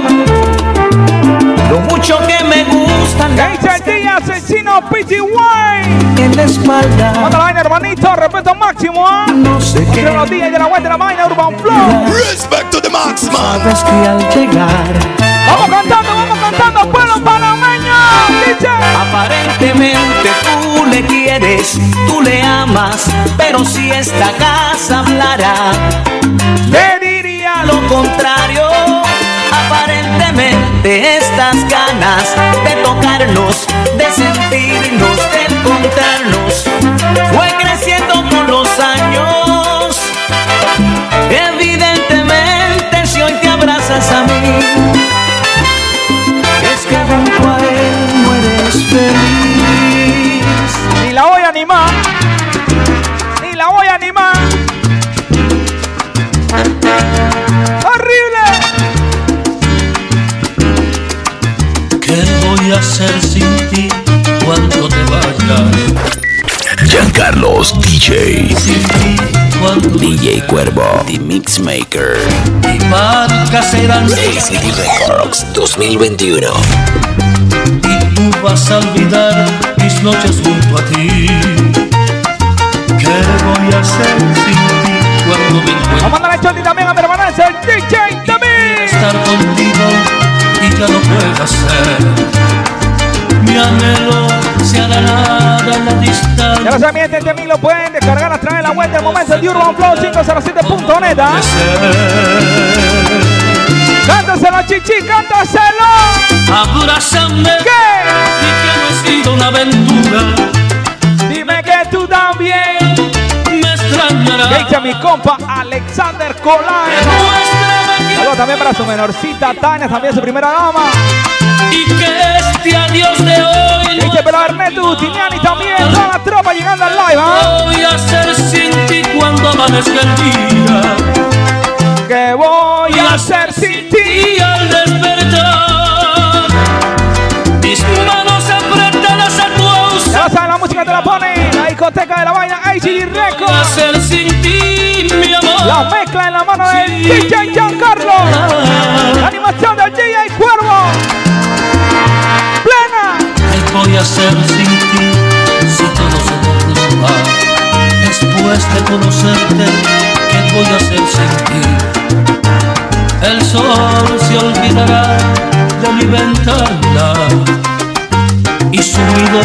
[SPEAKER 10] lo mucho que me gustan
[SPEAKER 5] Dice el día asesino PTY.
[SPEAKER 10] en la espalda.
[SPEAKER 5] Manda la vaina, hermanito. Respeto máximo, ¿ah?
[SPEAKER 10] No sé qué.
[SPEAKER 5] Entre los días de la vuelta de la vaina, Urban Flow.
[SPEAKER 1] Respect to the max, man.
[SPEAKER 10] Sabes que al llegar,
[SPEAKER 5] Vamos cantando, vamos cantando, pueblo panameño. Ah, DJ.
[SPEAKER 10] aparentemente tú le quieres, tú le amas, pero si esta casa hablara,
[SPEAKER 5] Te diría
[SPEAKER 10] a
[SPEAKER 5] lo
[SPEAKER 10] lo contrario. Aparentemente estas ganas de tocarnos, de sentirnos, de encontrarnos, fue creciendo con los años. Evidentemente si hoy te abrazas a mí, es que junto a él no eres feliz.
[SPEAKER 5] Ni la voy a animar. Ni la voy a animar. Horrible.
[SPEAKER 8] ¿Qué voy a hacer sin ti cuando te vayas?
[SPEAKER 1] Giancarlos DJ.
[SPEAKER 8] Sin ti cuando
[SPEAKER 2] DJ Cuervo, The Mixmaker.
[SPEAKER 8] mi marca será mía
[SPEAKER 2] ACD Records 2021.
[SPEAKER 8] y tú vas a olvidar mis noches junto a ti. ¿Qué voy a hacer sin ti cuando me
[SPEAKER 5] Vamos a mandar
[SPEAKER 8] encuentre
[SPEAKER 5] a Choti también a mi hermana, es el DJ David.
[SPEAKER 8] estar contigo y ya no puedo hacer? Mi anhelo se hará nada en la
[SPEAKER 5] Ya
[SPEAKER 8] distancia.
[SPEAKER 5] lo saben, este de mí lo pueden descargar a través de la web del momento de Urban Flow 507.net. ¿ah?
[SPEAKER 8] de ser.
[SPEAKER 5] Cántaselo, chichi, cántaselo.
[SPEAKER 8] Abrázame
[SPEAKER 5] ¿Qué?
[SPEAKER 8] y que no ha sido una aventura.
[SPEAKER 5] Dime que tú también.
[SPEAKER 8] Me
[SPEAKER 5] Que
[SPEAKER 8] extrañarás.
[SPEAKER 5] dice mi compa Alexander Colán.
[SPEAKER 8] Demuéstrame
[SPEAKER 5] Saludos también para su menorcita Tania, también su primera dama.
[SPEAKER 8] que- y que este adiós de hoy
[SPEAKER 5] Que
[SPEAKER 8] no
[SPEAKER 5] dice pero Este Ernesto Gustiniani también, toda la tropa llegando al live. ¿ah?
[SPEAKER 8] voy a hacer sin ti cuando amanezca el día.
[SPEAKER 5] ¿Qué voy a hacer sin ti?
[SPEAKER 8] Y al despertar, mis manos apretadas a tu
[SPEAKER 5] Ya
[SPEAKER 8] ausencia.
[SPEAKER 5] lo saben, la música te la pone. La discoteca de la vaina, IGG
[SPEAKER 8] Voy a
[SPEAKER 5] Records.
[SPEAKER 8] hacer sin ti, mi
[SPEAKER 5] La
[SPEAKER 8] amor.
[SPEAKER 5] mezcla en la mano del DJ Giancarlo. La animación del DJ Cuervo. Plena.
[SPEAKER 8] ¿Qué voy a hacer sin ti si todo se derrumba? Después de conocerte, ¿qué voy a hacer sin ti? El sol se olvidará de mi ventana y y sumido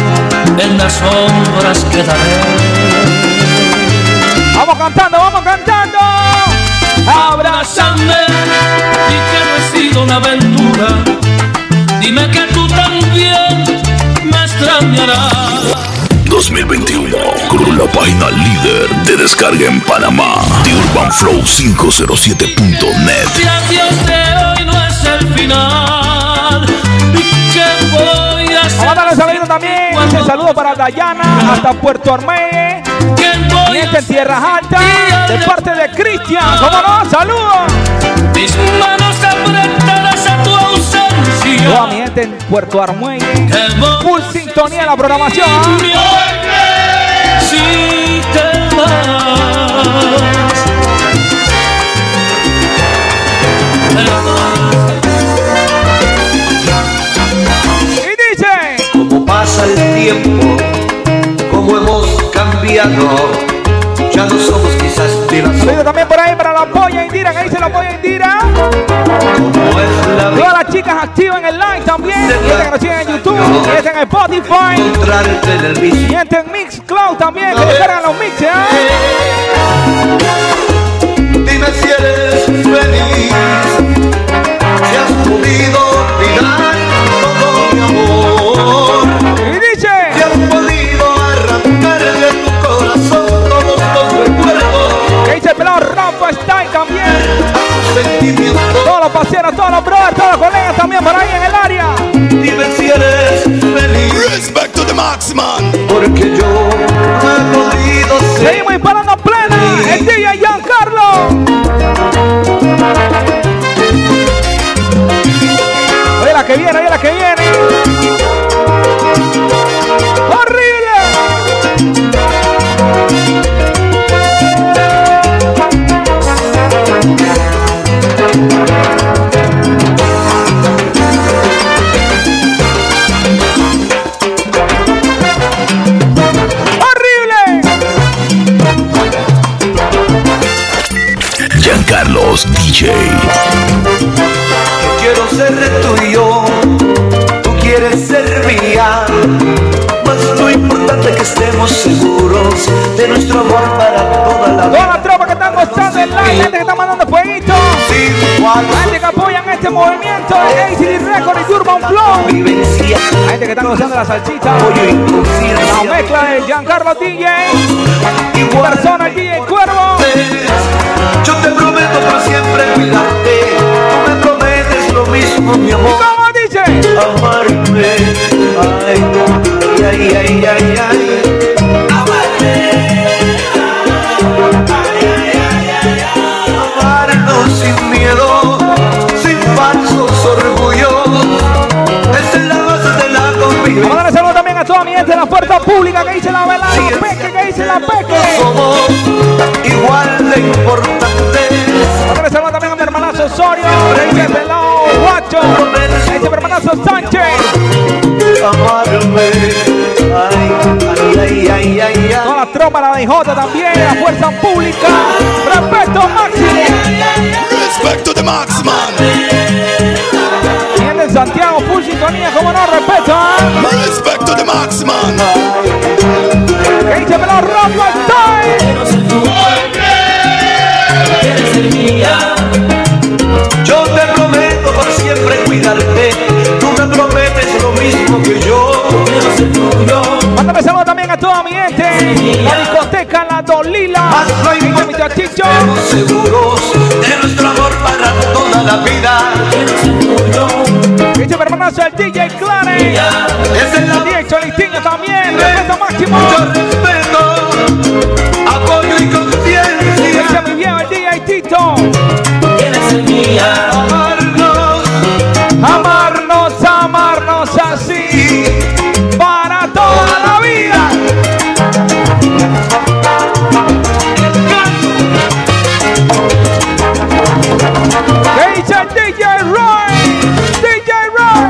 [SPEAKER 8] en las sombras quedaré.
[SPEAKER 5] Vamos cantando, vamos cantando.
[SPEAKER 8] Abrázame y que no he sido una aventura. Dime que tú también me extrañarás.
[SPEAKER 1] 2021 con la página líder de descarga en Panamá, The Urban Flow 507.net.
[SPEAKER 8] Si adiós de hoy no es el final, ¿qué voy a hacer?
[SPEAKER 5] Vamos a darle saludo también. Un saludo para Dayana hasta Puerto Armelle. Miente en Tierras Altas, de parte de Cristian. ¿Cómo no? ¡Saludos!
[SPEAKER 8] Mis manos apretarás a tu ausencia.
[SPEAKER 5] Toda mi gente en Puerto Armuelle. Full sintonía en la programación.
[SPEAKER 8] Si te vas.
[SPEAKER 5] Y dice:
[SPEAKER 7] Como pasa el tiempo, como hemos cambiado, ya no somos quizás de las
[SPEAKER 5] Saludo también por ahí para la polla Indira, que dice la polla Indira.
[SPEAKER 7] como es la vida.
[SPEAKER 5] Todas las chicas activas en el live también. Mienten que nos siguen en YouTube, mienten en Spotify,
[SPEAKER 7] Encontrarte en el mismo
[SPEAKER 5] mienten en Mixcloud también, que descargan los mixes. ¿eh?
[SPEAKER 7] Dime si eres feliz, si has podido olvidar todo mi amor,
[SPEAKER 5] Y
[SPEAKER 7] si
[SPEAKER 5] dice:
[SPEAKER 7] has podido arrancar de tu corazón todos los recuerdos,
[SPEAKER 5] Que dice el pelado Rafa Stein también.
[SPEAKER 7] sentimientos.
[SPEAKER 5] Todos los paseros, todos los brothers, todos los colegas también por ahí en el área.
[SPEAKER 7] Dime si eres feliz,
[SPEAKER 1] Respect to the max, man.
[SPEAKER 7] porque yo no he podido ser
[SPEAKER 5] Seguimos disparando en plena. El DJ Giancarlo. Oye la que viene, oye la que viene. ¡Horrible! ¡Horrible!
[SPEAKER 1] Giancarlos DJ.
[SPEAKER 7] Yo quiero ser tuyo, tú quieres ser mía. Mas lo importante es que estemos seguros de nuestro amor para toda
[SPEAKER 5] Toda la
[SPEAKER 7] la vida.
[SPEAKER 5] tropa que están gozando el live, gente que está mandando fueguito.
[SPEAKER 7] Sin guardar
[SPEAKER 5] Gente que apoyan este movimiento de ACD Record y Urban Flow.
[SPEAKER 7] vivencia,
[SPEAKER 5] La gente que está gozando la salchicha.
[SPEAKER 7] apoyo y
[SPEAKER 5] La
[SPEAKER 7] conciencia.
[SPEAKER 5] mezcla de Giancarlo DJ,
[SPEAKER 7] Igual
[SPEAKER 5] persona DJ Cuervo.
[SPEAKER 7] Yo te prometo por siempre cuidarte. Tú me prometes lo mismo, mi amor.
[SPEAKER 5] ¿Cómo dice?
[SPEAKER 7] Amarme, ay, ay, ay, ay, ay. Amarnos sin miedo, sin falsos orgullos. Esa es la base de la
[SPEAKER 5] Vamos a
[SPEAKER 7] convivencia.
[SPEAKER 5] darle saludo también a toda mi gente de la puerta pública que dice la velada, la peque, que dice la peque.
[SPEAKER 7] Somos igual de importantes.
[SPEAKER 5] Vamos a darle saludo también a mi hermanazo Osorio, que dice pelado, guacho, que dice mi hermanazo Sánchez.
[SPEAKER 7] Amarme, ay, ay, ay, ay, ay, ay.
[SPEAKER 5] Toda la tropa, la DJ también, la fuerza pública. Respeto máximo.
[SPEAKER 1] Respect to the max, man.
[SPEAKER 5] Mi gente en Santiago, full sintonía, como no, respeto. ¿ah?
[SPEAKER 1] Respect to the max, man.
[SPEAKER 5] Que dice pelado, Rafa Stein.
[SPEAKER 7] Yo te prometo por siempre cuidarte. Tú me prometes lo mismo que yo.
[SPEAKER 5] Mándame saludo también a toda mi gente. La discoteca La Dolila.
[SPEAKER 7] Haz lo
[SPEAKER 5] Dice mi
[SPEAKER 7] importante que
[SPEAKER 5] chachicho.
[SPEAKER 7] estemos seguros de nuestro amor para toda la vida.
[SPEAKER 5] Dice mi hermanazo el DJ Clare.
[SPEAKER 7] Esa es la
[SPEAKER 5] DJ Cholistiño también. Respeto máximo.
[SPEAKER 7] mucho respeto, apoyo y
[SPEAKER 5] Dice
[SPEAKER 7] conciencia.
[SPEAKER 5] mi viejo el DJ Tito.
[SPEAKER 7] Amarnos
[SPEAKER 5] Amarnos, amarnos así.
[SPEAKER 7] y
[SPEAKER 5] Para toda la vida. Que Dice el DJ Roy. DJ Roy.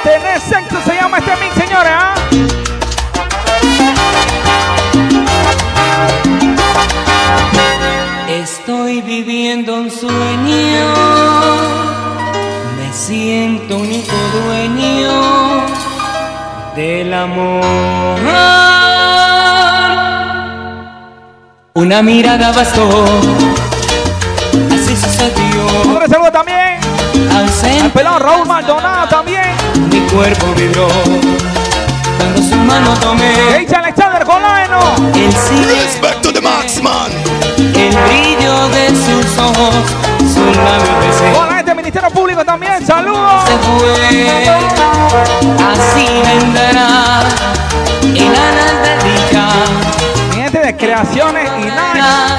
[SPEAKER 5] este ¿ah?
[SPEAKER 10] fuiste único dueño del amor. Una mirada bastó, así sucedió.
[SPEAKER 5] Un saludo también al pelón Raúl Maldonado también.
[SPEAKER 10] Mi cuerpo vibró cuando su mano tomé.
[SPEAKER 5] Hey, Alexander Colano.
[SPEAKER 10] El sí.
[SPEAKER 1] Respecto de Max Man.
[SPEAKER 10] El brillo de sus ojos, su labio besé.
[SPEAKER 5] Hola, gente del Ministerio Público también. Saludos.
[SPEAKER 10] Se fue, así vendrá el anal de dicha.
[SPEAKER 5] Mi gente de creaciones y nada.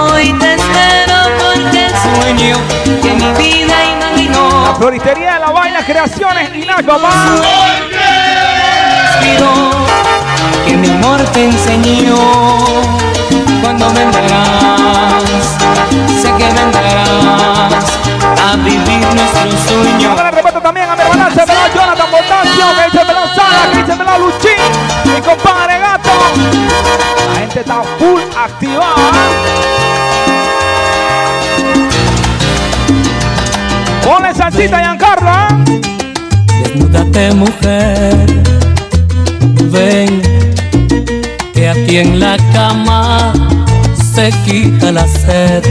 [SPEAKER 10] Hoy te espero porque el sueño que mi vida imaginó.
[SPEAKER 5] La floristería de la vaina, creaciones y nada, papá.
[SPEAKER 10] que mi amor te enseñó. Cuando vendrás, sé que vendrás a vivir nuestro sueño.
[SPEAKER 5] Ahora respeto también a mi hermana, se me la Jonathan Botasio, que dice me la Sara, que dice me la Luchín, mi compadre gato. La gente está full activada. Ponle salsita, Giancarlo, ¿eh?
[SPEAKER 8] Desnúdate, mujer ven que aquí en la cama se quita la sed.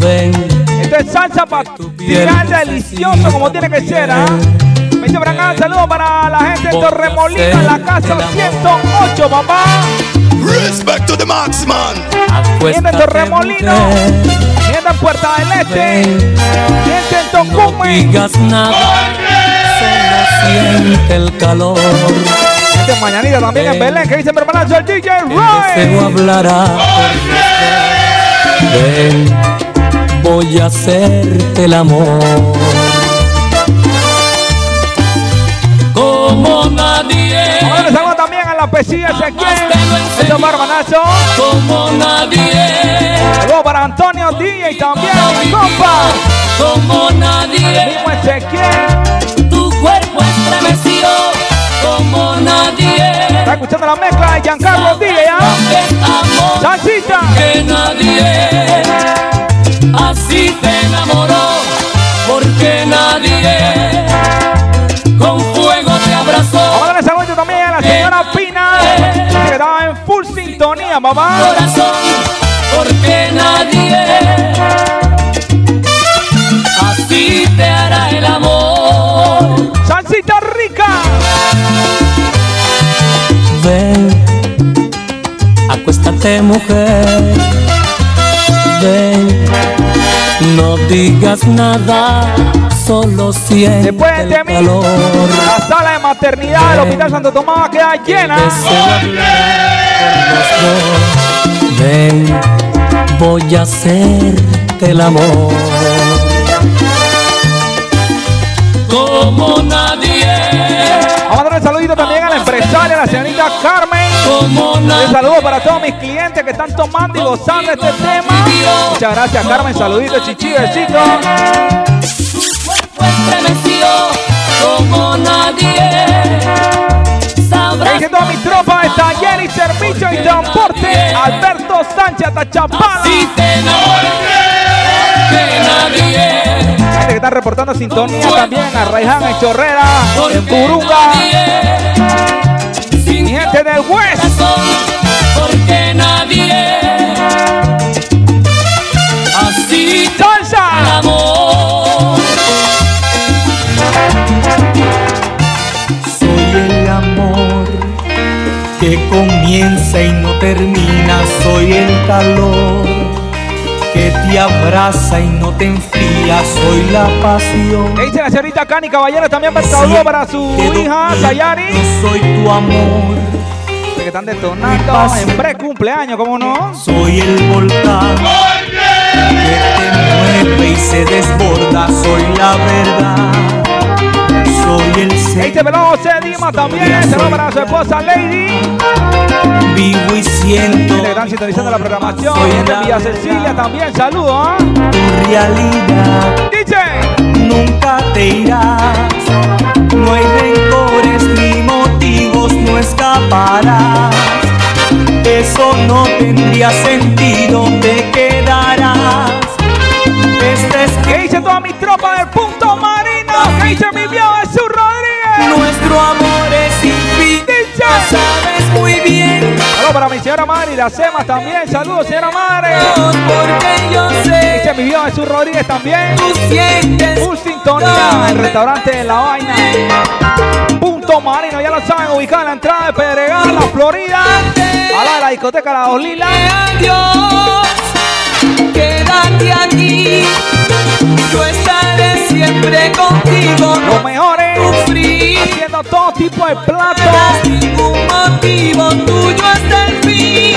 [SPEAKER 8] Ven.
[SPEAKER 5] Esto es salsa para tirar delicioso como tiene que ser, ¿ah? ¿eh? Me dice Branca, saludos para la gente de Torremolino en la casa 108, papá.
[SPEAKER 1] Respect to the Max Man.
[SPEAKER 8] Pues
[SPEAKER 5] Gente en Torremolino. Gente en Puerta del Este. Gente en Tocumen.
[SPEAKER 8] No digas nada siente el calor.
[SPEAKER 5] Este mañanita también en Belén, que dice mi hermana, soy el DJ Roy.
[SPEAKER 8] hablará. Ven, voy a hacerte el amor. Como nadie.
[SPEAKER 5] Ahora salgo también a la pesilla Ezequiel. Esto para hermanazo.
[SPEAKER 8] Como nadie.
[SPEAKER 5] Saludos para Antonio DJ también, mi compa.
[SPEAKER 8] Como nadie.
[SPEAKER 5] El mismo Ezequiel
[SPEAKER 8] cuerpo estremeció como nadie.
[SPEAKER 5] Está escuchando la mezcla de Giancarlo Díaz. ¿ya? Salsita.
[SPEAKER 8] Que nadie así te enamoró, porque nadie con fuego te abrazó.
[SPEAKER 5] Ahora le saludo también a la señora Pina, que estaba en full sintonía, mamá.
[SPEAKER 8] Corazón, porque nadie. Y te hará el amor.
[SPEAKER 5] ¡Salsita rica!
[SPEAKER 8] Ven, acuéstate, mujer. Ven, no digas nada, solo siente
[SPEAKER 5] Después de
[SPEAKER 8] el calor.
[SPEAKER 5] la sala de maternidad del Hospital Santo Tomás queda llena.
[SPEAKER 8] Ven, voy a hacerte el amor. como nadie.
[SPEAKER 5] Vamos a dar un saludito también a la empresaria, la señorita Carmen.
[SPEAKER 8] Como nadie.
[SPEAKER 5] Un saludo para todos mis clientes que están tomando y gozando este tema. Muchas gracias, Carmen. Saludito, chichi, besito.
[SPEAKER 8] Como nadie.
[SPEAKER 5] Dije toda mi tropa de taller y servicio y transporte. Alberto Sánchez hasta Chapala. Gente que está reportando sintonía también en Arraiján, en Chorrera, en Burunga. Mi gente del West.
[SPEAKER 8] Porque nadie así
[SPEAKER 5] ¡Salsa!
[SPEAKER 8] amor.
[SPEAKER 17] Soy el amor que comienza y no termina. Soy el calor que te abraza y no te enfría. Soy la pasión.
[SPEAKER 5] Le dice la señorita Cani Caballero también para saludo para su hija Sayari.
[SPEAKER 17] Yo soy tu amor.
[SPEAKER 5] Que están detonando en pre-cumpleaños, ¿cómo no?
[SPEAKER 17] Soy el volcán que te mueve y se desborda. Soy la verdad. Soy el
[SPEAKER 5] Le
[SPEAKER 17] ser.
[SPEAKER 5] dice pelón José Dima también.
[SPEAKER 17] soy
[SPEAKER 5] Saludos para su esposa Lady.
[SPEAKER 17] Vivo y siento
[SPEAKER 5] Que están sintonizando la programación.
[SPEAKER 17] Soy
[SPEAKER 5] Gente
[SPEAKER 17] la
[SPEAKER 5] Villa
[SPEAKER 17] verdad.
[SPEAKER 5] Cecilia también. ¿ah? Saludos.
[SPEAKER 17] tu realidad.
[SPEAKER 5] DJ.
[SPEAKER 17] nunca te irás. No hay rencores ni motivos, no escaparás. Eso no tendría sentido, te quedarás. Este Esta es
[SPEAKER 5] ¿Qué dice toda mi tropa del punto Mari? Y se me envió Jesús Rodríguez.
[SPEAKER 10] Nuestro amor es infinito. Sabes muy bien.
[SPEAKER 5] Saludos para mi señora madre y la SEMA también. Saludos, señora madre.
[SPEAKER 10] Porque yo sé.
[SPEAKER 5] Y se me envió Jesús Rodríguez también.
[SPEAKER 10] Tú sientes.
[SPEAKER 5] Justin Tonina, el restaurante de La Vaina. Punto Marino, ya lo saben, ubicado en la entrada de Pedregal, La Florida. A la de la discoteca La Olila.
[SPEAKER 10] Adiós. Quédate aquí. Yo estaré siempre contigo.
[SPEAKER 5] Los mejores.
[SPEAKER 10] Sufrir.
[SPEAKER 5] Haciendo todo tipo de platos.
[SPEAKER 10] Ningún motivo tuyo hasta el fin.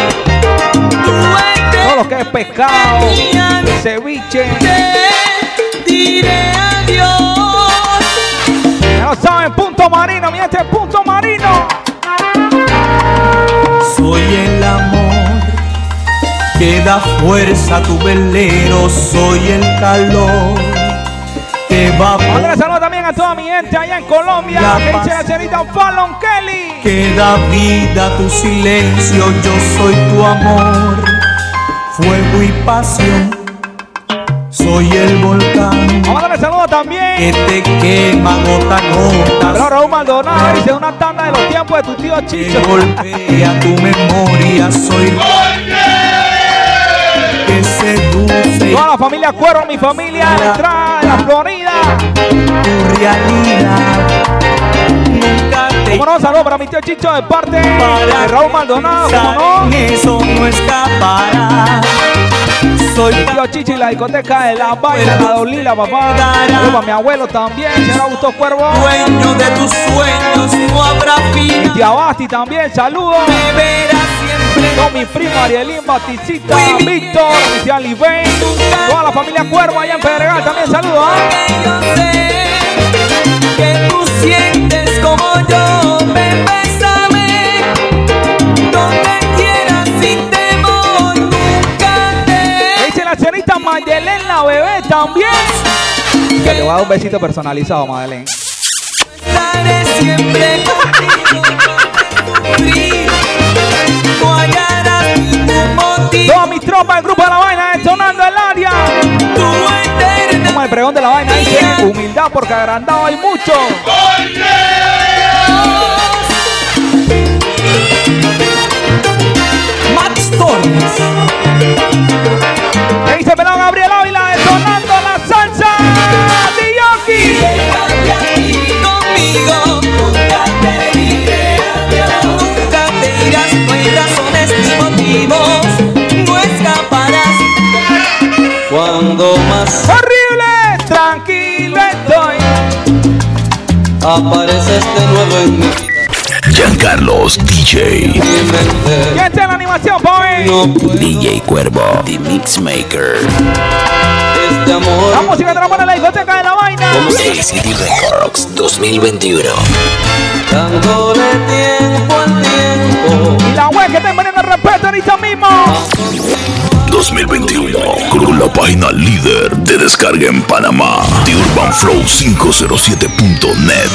[SPEAKER 10] Tú entre
[SPEAKER 5] Todo lo que es pescado,
[SPEAKER 10] Tenían
[SPEAKER 5] ceviche.
[SPEAKER 10] te diré adiós.
[SPEAKER 5] Ya lo saben, Punto Marino, mi gente, Punto Marino.
[SPEAKER 17] Soy el amor que da fuerza a tu velero, soy el calor que va
[SPEAKER 5] Mandale saludos también a toda mi gente allá en Colombia.
[SPEAKER 17] La
[SPEAKER 5] Que dice
[SPEAKER 17] paz.
[SPEAKER 5] la señorita Fallon Kelly.
[SPEAKER 17] que da vida a tu silencio, yo soy tu amor, fuego y pasión, soy el volcán
[SPEAKER 5] Vamos a darle saludos también.
[SPEAKER 17] que te quema gota a
[SPEAKER 5] Pero
[SPEAKER 17] gota,
[SPEAKER 5] Raúl Maldonado dice una tanda de los tiempos de tu tío
[SPEAKER 17] que
[SPEAKER 5] Chicho.
[SPEAKER 17] golpea tu memoria, soy que seduce
[SPEAKER 5] Toda la familia Cuero, mi familia, la entrada de la Florida.
[SPEAKER 17] tu realidad, nunca te
[SPEAKER 5] Como no, saludos para mi tío Chicho de parte de Raúl Maldonado.
[SPEAKER 17] pensar
[SPEAKER 5] Como
[SPEAKER 17] en
[SPEAKER 5] no,
[SPEAKER 17] eso no escapará. Soy
[SPEAKER 5] tío Chicho y la discoteca de la Baila, la Dolila, papá. Saludos para mi abuelo también, señora Augusto Cuervo.
[SPEAKER 10] Dueño de tus sueños, no habrá
[SPEAKER 5] Mi
[SPEAKER 10] fin.
[SPEAKER 5] tía Basti también, saludos.
[SPEAKER 10] Me verás siempre.
[SPEAKER 5] Con mi prima Arielín Baticita, Víctor, mi tía Libey, toda la familia Cuervo allá en Pedregal también saludos. ¿ah?
[SPEAKER 10] Que yo sé que tú sientes como yo, ven, bésame donde quieras sin temor, nunca
[SPEAKER 5] Me
[SPEAKER 10] te
[SPEAKER 5] Dice la señorita Magdalena la bebé también. Que le voy a dar un besito personalizado, Magdalena.
[SPEAKER 10] estaré siempre contigo, no te sufrí, no hallarás ningún motivo,
[SPEAKER 5] Todas mis tropas del grupo de la vaina detonando el área.
[SPEAKER 10] tu eterna
[SPEAKER 5] Como el pregón de la vaina dice, humildad porque agrandado hay mucho.
[SPEAKER 17] Max Torres.
[SPEAKER 5] Me dice pelón Gabriel Ávila detonando la salsa. Diyoki.
[SPEAKER 10] conmigo, nunca te diré adiós, nunca te irás, no hay razones ni motivos, no escaparás.
[SPEAKER 18] Cuando más
[SPEAKER 5] Horrible, tranquilo estoy.
[SPEAKER 18] apareces de este nuevo en mi
[SPEAKER 1] Giancarlos DJ.
[SPEAKER 18] mente,
[SPEAKER 5] ¿Quién está en la animación, Bobby?
[SPEAKER 18] no puedo
[SPEAKER 2] DJ Cuervo, The Mixmaker,
[SPEAKER 18] este
[SPEAKER 5] La
[SPEAKER 18] amor.
[SPEAKER 5] música te la pone la discoteca de la vaina.
[SPEAKER 2] LCD Records 2021.
[SPEAKER 18] Dándole tiempo al tiempo.
[SPEAKER 5] Y la web que está poniendo respeto ahorita mismo.
[SPEAKER 1] 2021 con la página líder de descarga en Panamá, The Urban Flow 507.net.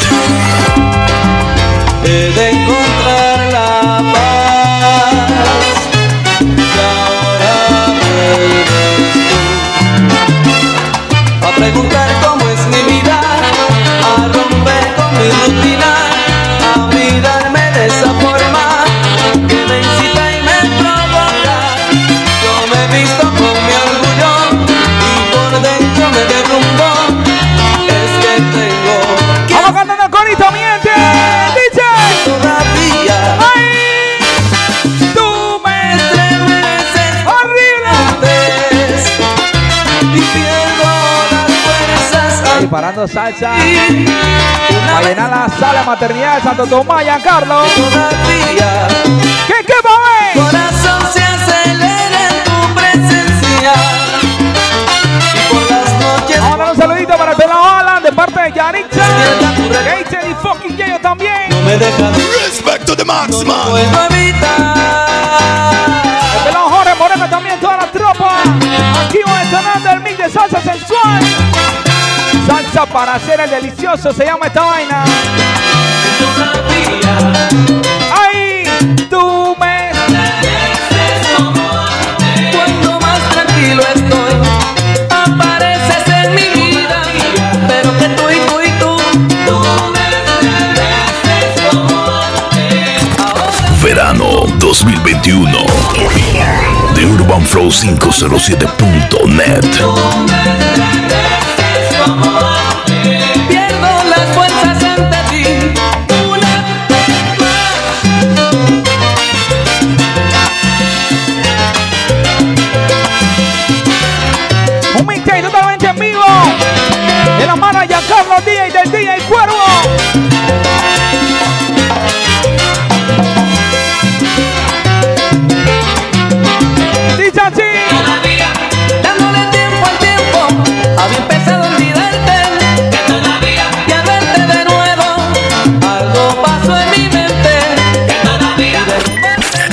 [SPEAKER 18] He de encontrar la paz y ahora vuelves tú a preguntar cómo es mi vida, a romper con mi rutina, a mirarme de esa forma que me incita y me provoca. Yo me he visto con mi orgullo y por dentro me derrumbo. Es que tengo que
[SPEAKER 5] Vamos cantando el corito, miente. Dice.
[SPEAKER 18] todavía.
[SPEAKER 5] Ay, tú me horrible.
[SPEAKER 18] Y pierdo las fuerzas
[SPEAKER 5] Disparando salsa.
[SPEAKER 18] Una
[SPEAKER 5] Para llenar la sala de maternidad de Santo Tomás, Giancarlo.
[SPEAKER 18] todavía
[SPEAKER 5] ¿Qué, qué, Bobby?
[SPEAKER 18] Corazón se acelera en tu presencia Y por las noches
[SPEAKER 5] Ahora un saludito para el pelado Alan de parte de Yaritza.
[SPEAKER 18] despierta tu recuerdo
[SPEAKER 5] Gates y fucking Yeyo también.
[SPEAKER 18] No me deja de
[SPEAKER 1] Respecto de Maxman.
[SPEAKER 18] puedo evitar
[SPEAKER 5] El pelado Jorge Moreno también, toda la tropa. Aquí va detonando el mix de salsa sensual. Salsa para hacer el delicioso, se llama esta vaina. ¡Ay! Tú me.
[SPEAKER 10] Cuando más tranquilo estoy, apareces en mi vida, pero que tú y tú y tú
[SPEAKER 1] verano 2021 de urbanflow507.net.
[SPEAKER 8] Pierdo las fuerzas ante ti una vez
[SPEAKER 5] Un mixtape totalmente en vivo. De la mano de Giancarlo DJ del DJ Cuervo. Dice así.
[SPEAKER 19] Todavía,
[SPEAKER 8] dándole tiempo al tiempo había empezado a olvidarte
[SPEAKER 19] que todavía,
[SPEAKER 8] y al verte de nuevo algo pasó en mi mente
[SPEAKER 19] que todavía,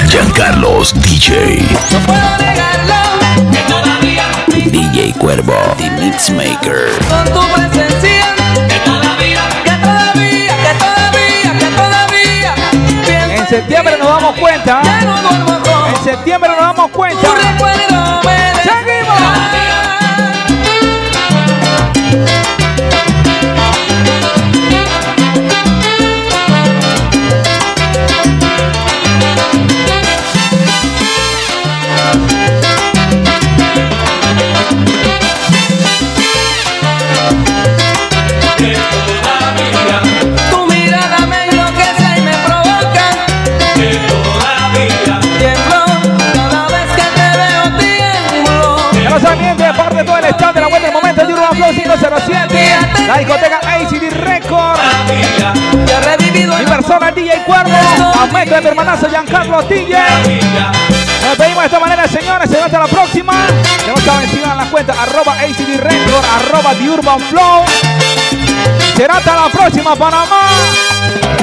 [SPEAKER 1] Giancarlos DJ.
[SPEAKER 8] no puedo negarlo
[SPEAKER 19] que todavía,
[SPEAKER 2] DJ Cuervo, The Mixmaker.
[SPEAKER 8] con tu presencia
[SPEAKER 19] que todavía,
[SPEAKER 8] que todavía que todavía que todavía pienso
[SPEAKER 5] En septiembre nos damos cuenta.
[SPEAKER 8] ya no duermo con
[SPEAKER 5] En septiembre nos damos cuenta.
[SPEAKER 8] tu recuerdo me
[SPEAKER 5] Seguimos.
[SPEAKER 19] que todavía,
[SPEAKER 8] Tu mirada me enloquece y me provoca
[SPEAKER 19] que todavía,
[SPEAKER 8] Tiemblo cada vez que te veo tiemblo
[SPEAKER 5] Lanzamiento de parte de todo el stand de la vuelta del momento de Urban Flow 507. La discoteca ACD Record.
[SPEAKER 19] todavía,
[SPEAKER 8] Yo he revivido
[SPEAKER 5] Mi
[SPEAKER 8] el
[SPEAKER 5] persona DJ Cuervo. A maestro de mi hermanazo Giancarlo DJ.
[SPEAKER 19] todavía.
[SPEAKER 5] Nos pedimos de esta manera, señores. Se hasta la próxima. Tenemos que vencido en las cuentas. Arroba ACD Record. Arroba The Urban Flow. Será hasta la próxima, Panamá.